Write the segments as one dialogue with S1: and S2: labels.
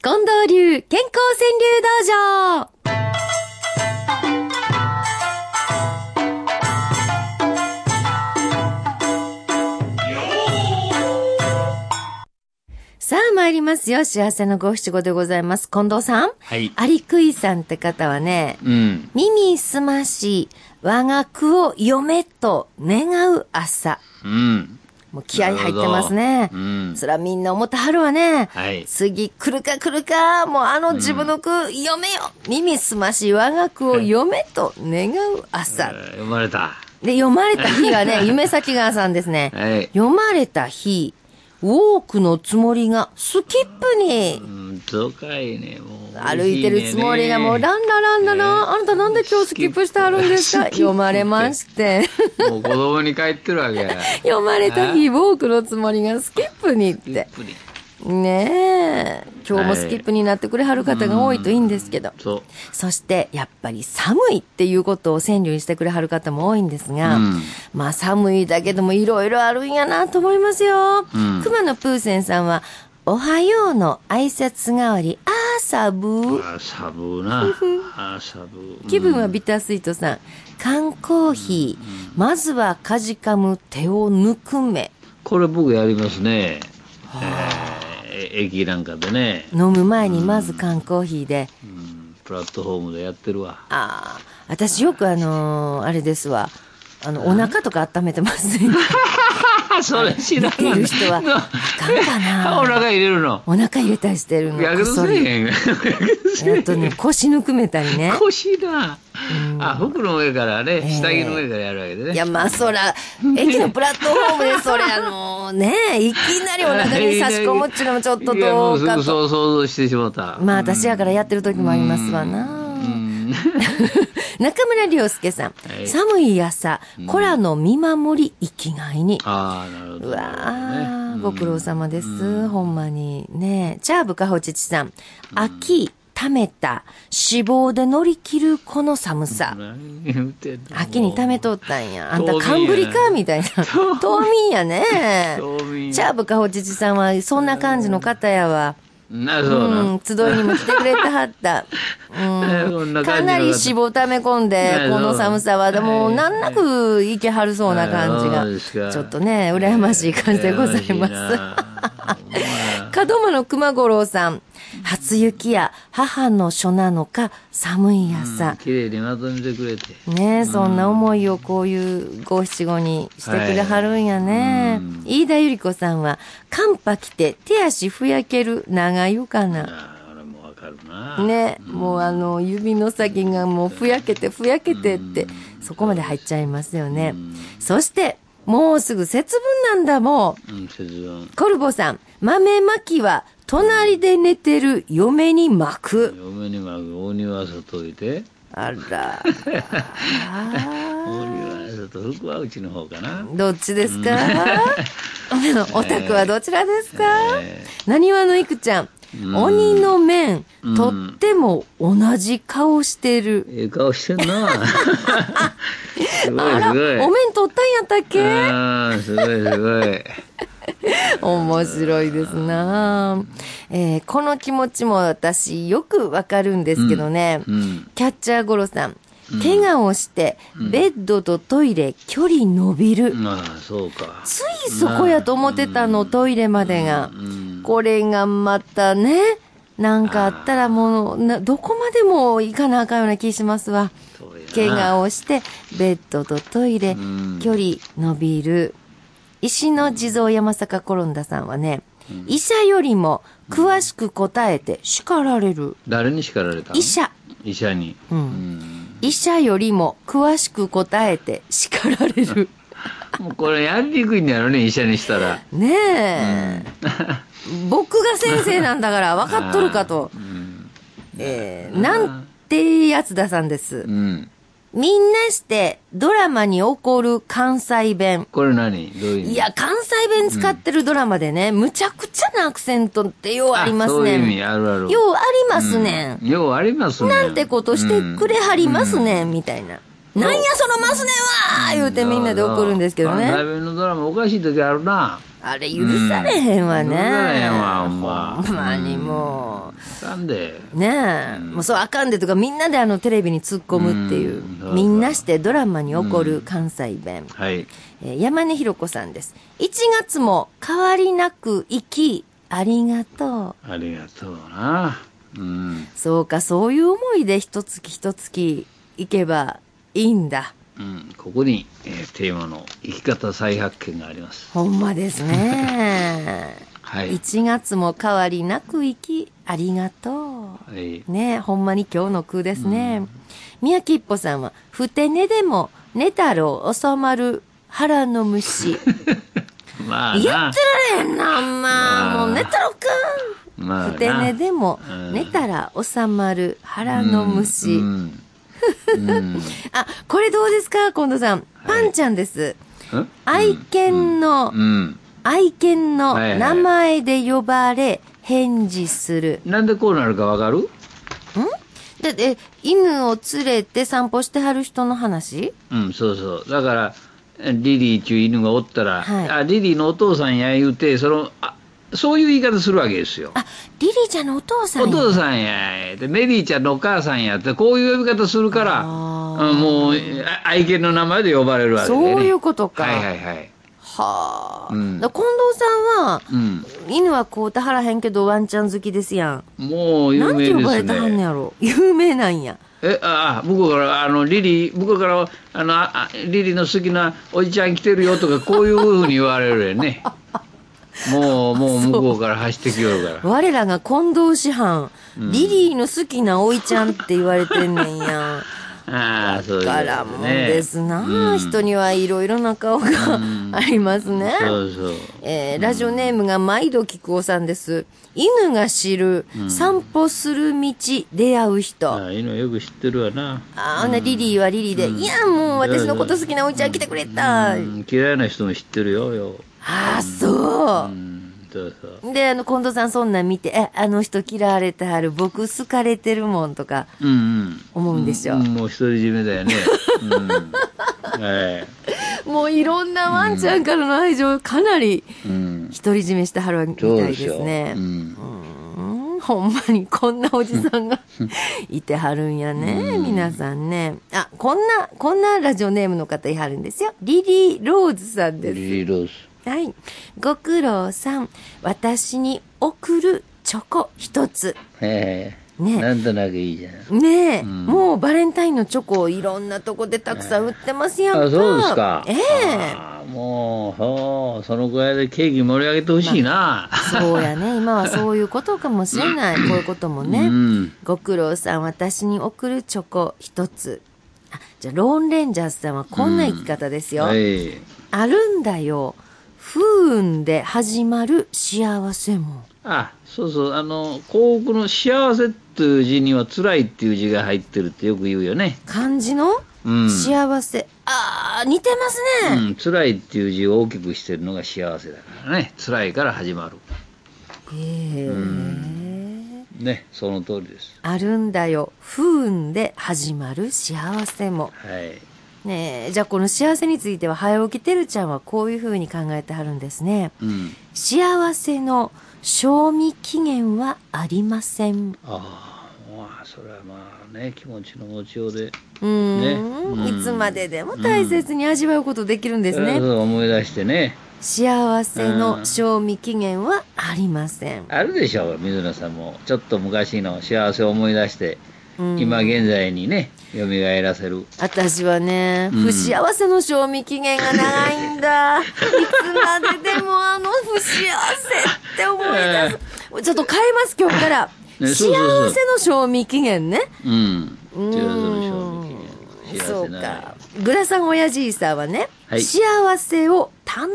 S1: 近藤流健康川柳道場さあ参りますよ。幸せの五七五でございます。近藤さん。
S2: はい。
S1: アリクイさんって方はね、
S2: うん。
S1: 耳すまし、我が句を読めと願う朝。
S2: うん。
S1: もう気合入ってますね
S2: う。ん。
S1: そらみんな思ってはるわね。
S2: はい
S1: 次来るか来るか、もうあの自分の句、読めよ耳すまし、我が句を読めと願う朝。
S2: 生まれた。
S1: で、読まれた日が ね、夢咲川さんですね。
S2: はい。
S1: 読まれた日、ウォークのつもりがスキップに
S2: う。ん、どかいね、もう。
S1: 歩いてるつもりがもう、ランラランララン、あなたなんで今日スキップしてあるんですか
S2: スキップ
S1: 読まれまして。
S2: もう子供に帰ってるわけ。
S1: 読まれた日、ウォークのつもりがスキップにって。
S2: プリン
S1: ねえ。今日もスキップになってくれはる方が多いといいんですけど。
S2: そう。
S1: そして、やっぱり寒いっていうことを川柳にしてくれはる方も多いんですが、
S2: うん
S1: まあ寒いだけでもいろいろあるんやなと思いますよ。
S2: ん
S1: 熊野プーセンさんは、おはようの挨拶代わり、あーさぶー。
S2: あ、サブな。あ、サブ。
S1: 気分はビタースイートさん。缶コーヒー。まずはかじかむ手をぬくめ。
S2: これ僕やりますね。えー駅なんかでね。
S1: 飲む前にまず缶コーヒーで。
S2: うんプラットフォームでやって るわ。
S1: ああ、私よくあのーあれですわ。あの、お腹とか温めてますね。
S2: あ、 それ知らん
S1: 寝てる人は。
S2: な
S1: 缶か
S2: あお
S1: な。
S2: 腹入れるの。
S1: お腹入れたりしてるの。
S2: やけどせえへん。 やけどせえ
S1: やっとね、腰ぬくめたりね。
S2: 腰だ。あ、服の上からね、
S1: ええ
S2: 下着の上からやるわけでね。
S1: いや、まあ、そら、駅のプラットフォームで、それ、あのーねいきなりお腹に差し込むっちゅうのもちょっと
S2: いやも
S1: ど
S2: う
S1: う
S2: す
S1: か
S2: ぐ
S1: と。
S2: そう想像してしまった。
S1: まあ、私やからやってる時もありますわな。
S2: うん。
S1: 中村良介さん、
S2: はい
S1: 寒い朝、コラの見守り生きがいに。
S2: ああ、なるほど。
S1: うわあ、
S2: ね
S1: ご苦労様です。ほんまに。ねえ。チャーブかほちちさん。秋、溜めた、脂肪で乗り切るこの寒さ。
S2: 何言ってんの
S1: 秋に溜めとったんや。あんた、
S2: 冬眠や
S1: 寒ぶりかみたいな。冬眠やね。
S2: 冬眠
S1: チャーブかほちちさんは、そんな感じの方やわ。
S2: なそうな。
S1: うん、集いにも来てくれてはった。
S2: こん
S1: うん、
S2: な感じの方
S1: かなり脂肪溜め込ん
S2: なる
S1: で、
S2: ほ
S1: こ
S2: ど
S1: の寒さは、でも、
S2: はい
S1: なんなくいけはるそうな感
S2: あそうです
S1: じが、
S2: か
S1: ちょっとね、羨ましい感じでございます。
S2: す。
S1: 門間の熊五郎さん、初雪や母の書なのか、寒い朝。
S2: 綺麗にまとめてくれて。
S1: ねえ、そんな思いをこういう五七五にしてくれはるんやね。飯田ゆり子さんは、寒波来て手足ふやける長湯かな。
S2: ああ、俺もわかるな。
S1: ね、もうあの指の先がもうふやけてふやけてってそこまで入っちゃいますよねそしてもうすぐ節分なんだも
S2: うん、節分
S1: う。コルボさん豆まきは隣で寝てる嫁に巻く
S2: 嫁にまく、大庭外いて。
S1: あ ら
S2: 大庭外、福はうちの方かな。
S1: どっちですかお宅はどちらですか
S2: え
S1: なにわのいくちゃん鬼の面とっても同じ顔してる
S2: えええ顔してん な。すごい
S1: あら、
S2: す
S1: お
S2: ごい。
S1: 面取ったんやったっけ
S2: ああ、すごいすごい。
S1: 面白いですなえーこの気持ちも私よくわかるんですけどね。
S2: うん。
S1: キャッチャーゴロさん。怪我をして、ベッドとトイレ、距離伸びる。
S2: まあ、そうか。
S1: ついそこやと思ってたの、トイレまでが。
S2: うん。
S1: これがまたね、なんかあったらもう、などこまでも行かなあかんような気しますわ。
S2: そうやな
S1: 怪我をして、ベッドとトイレ、
S2: ん
S1: 距離伸びる。石の地蔵山坂コロンダさんはね、医者よりも詳しく答えて叱られる。
S2: 誰に叱られたの
S1: 医者。
S2: 医者に。
S1: うん。医者よりも詳しく答えて叱られ る。
S2: もうこれやりにくいんだろうね、医者にしたら。
S1: ねえ。僕が先生なんだから分かっとるかと。えー、なんてやつださんです
S2: う。ん。
S1: みんなしてドラマに起こる関西弁。
S2: これ何どういう意味
S1: いや、関西弁使ってるドラマでね、むちゃくちゃなアクセントってようあります
S2: そう
S1: ね。
S2: いうん意味、あるある。
S1: ようありますねん。
S2: ようありますね。
S1: なんてことしてくれはりますねん、みたいな。なんやそのマスネは言うてみんなで怒るんですけど
S2: あの
S1: ね
S2: 対。面のドラマおかしい時あるな。
S1: あれ許されへんわね。
S2: うん許されへんわほんま
S1: ほんまにも
S2: なんで。
S1: う。ねえ。もうそうあかんでとかみんなであのテレビに突っ込むっていう
S2: うんそうそ。う
S1: みんなしてドラマに起こる関西弁。
S2: はい。
S1: えー山根ひろ子さんです。1月も変わりなく生き、ありがとう。
S2: ありがとうな。うん。
S1: そうか、そういう思いで一月一月行けばいいんだ。
S2: うん、ここに、えーテーマの生き方再発見があります。
S1: ほんまですね。
S2: はい。
S1: 1月も変わりなく生き、ありがと
S2: はい。
S1: う。ねえほんまに今日の空ですね。宮城一歩さんは、ふて寝でも、寝太郎収まる腹の 虫。
S2: まあ
S1: 言ってら
S2: な。
S1: れへんな、まあ、もう寝太郎くん
S2: まあ
S1: ふて寝でも
S2: うん
S1: 寝たら収まる腹の虫、
S2: うん。うん。うん
S1: あこれどうですか近藤さん、パンちゃんです
S2: うん
S1: 愛犬の、
S2: うん。
S1: 愛犬の
S2: はいはい
S1: 名前で呼ばれ返事する、
S2: なんでこうなるかわかる
S1: だってえ犬を連れて散歩してはる人の話
S2: うん、そうそう。だから、リリーっていう犬がおったら、
S1: はい
S2: あ、リリーのお父さんや言うて、その、あそういう言い方するわけですよ。
S1: あリリーちゃんのお父さん
S2: お
S1: や
S2: 父さんや、でメリーちゃんのお母さんやって、こういう呼び方するから、
S1: あー
S2: うんもう、あ愛犬の名前で呼ばれるわけで、ね。
S1: そういうことか
S2: はいはいはい。
S1: はあ、
S2: うん
S1: だから近藤さんは、
S2: うん。
S1: 犬はこうたはらへんけどワンちゃん好きですやん
S2: もう有
S1: なん
S2: 名
S1: て呼ばれ
S2: で
S1: ては
S2: す
S1: んの
S2: ね。
S1: やろ有名なんや
S2: え、あ、あ向こうから、あの、リリー、向こうから、あの、ああリリーの好きなおじちゃん来てるよとか、こういうふうに言われる よね。もう、もう向こうから走ってきよるから。
S1: 我らが近藤師範、リリーの好きなおいちゃんって言われてんねんやん。
S2: ああ、 そういうことね。
S1: からもんですな、
S2: うん
S1: 人にはいろいろな顔が ありますね。
S2: そうそう。
S1: えーラジオネームが毎度菊おさんです。犬が知る、散歩する道、出会う人。
S2: ああ、犬よく知ってるわな。
S1: ああ、なリリーはリリーで、いや、もう私のこと好きなおいちゃん来てくれた。
S2: うん嫌いな人も知ってるよ、よ。
S1: ああ、そう
S2: う。ん、そうそう。
S1: で、あの、近藤さんそんなん見て、え、あの人嫌われてはる、僕好かれてるもんとか
S2: うんうん。
S1: 思うんですよ。
S2: うんもう独り占めだ よね。うん。はい。
S1: もういろんなワンちゃんからの愛情、かなり
S2: うん。
S1: 独り占めしてはるみた
S2: そう
S1: い
S2: で
S1: です
S2: よ。
S1: す
S2: う
S1: ね。
S2: ん。
S1: うんほんまにこんなおじさんがいてはるんやね、皆さんね。あ、こんな、こんなラジオネームの方いはるんですよ。リリー・ローズさんです。
S2: リリーロース。
S1: はい。ご苦労さん、私に送るチョコ一つ。
S2: ええ
S1: ね
S2: なんとなくいいじゃん。
S1: ねえ、
S2: ん
S1: もうバレンタインのチョコをいろんなとこでたくさん売ってますやんか。
S2: あ、そうですか。
S1: ええ
S2: ああもう、そうそのぐらいでケーキ盛り上げてほしいな。
S1: そうやね。今はそういうことかもしれない。こういうこともね。
S2: うん。
S1: ご苦労さん、私に送るチョコ一つ。あ、じゃあ、ローンレンジャーズさんはこんな生き方ですよ。
S2: はい。
S1: あるんだよ。不運で始まる幸せも。
S2: あ、そうそう、あの、幸福の幸せっていう字には辛いっていう字が入ってるってよく言うよね。
S1: 漢字の
S2: うん。
S1: 幸せ。あー、似てますね。
S2: うん、辛いっていう字を大きくしてるのが幸せだからね辛いから始まる
S1: へえ
S2: ねその通りです
S1: あるんだよ。不運で始まる幸せも。
S2: はい
S1: ねえ、じゃあこの幸せについては、早起きてるちゃんはこういうふうに考えてはるんですね。
S2: うん
S1: 幸せの賞味期限はありません。
S2: ああまあそれはまあね気持ちの持ちようで
S1: うーん
S2: ねうん
S1: いつまででも大切に味わうことできるんですね。
S2: そう思い出してね
S1: 幸せの賞味期限はありません。
S2: あるでしょう水野さんもちょっと昔の幸せを思い出して、
S1: うん
S2: 今現在にね蘇らせる
S1: 私はね、
S2: うん
S1: 不幸せの賞味期限が長いんだ。いつまででもあの不幸せって思い出 す。ちょっと変えます、今日から。
S2: ね
S1: 幸せ
S2: そうそうそう
S1: の賞味期限ね。
S2: うん
S1: うん
S2: 幸せの賞味期限
S1: そ
S2: 幸
S1: う
S2: せな
S1: か。グラさん親父さんはね、
S2: はい
S1: 幸せを堪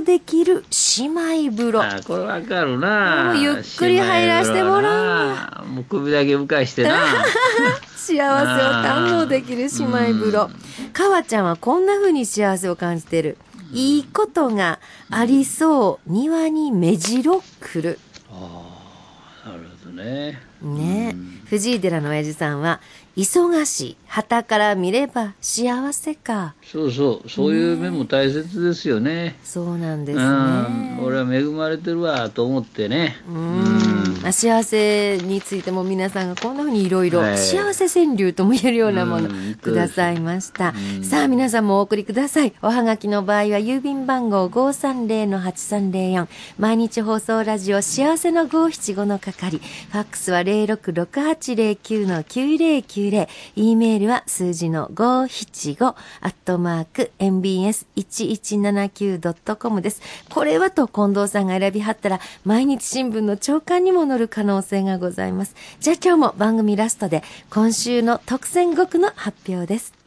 S1: 能できる姉妹風呂。
S2: ああこれわかるな
S1: もうゆっくり入らしてもらう
S2: うもう首だけ浮かし てな
S1: 幸せを堪能できる姉妹風呂。かわちゃんはこんな風に幸せを感じてる。いいことがありそう、庭に目白来る。
S2: ああなるほどね。
S1: ね藤井寺の親父さんは、忙しい、旗から見れば幸せか。
S2: そうそう、そういう面も大切ですよね。
S1: そうなんです
S2: う
S1: ね。
S2: ん、俺は恵まれてるわと思ってね。
S1: うんまあ幸せについても皆さんがこんなふうにいろいろ
S2: はい
S1: 幸せ川柳とも言えるようなもの
S2: うん
S1: くださいました。さあ皆さんもお送りください。おはがきの場合は郵便番号530-8304毎日放送ラジオ幸せの575の係ファックスは066809-9090 E メールは数字の575アットマーク mbs1179.com です。これはと近藤さんが選びはったら、毎日新聞の朝刊にも載る可能性がございます。じゃあ今日も番組ラストで、今週の特選5句の発表です。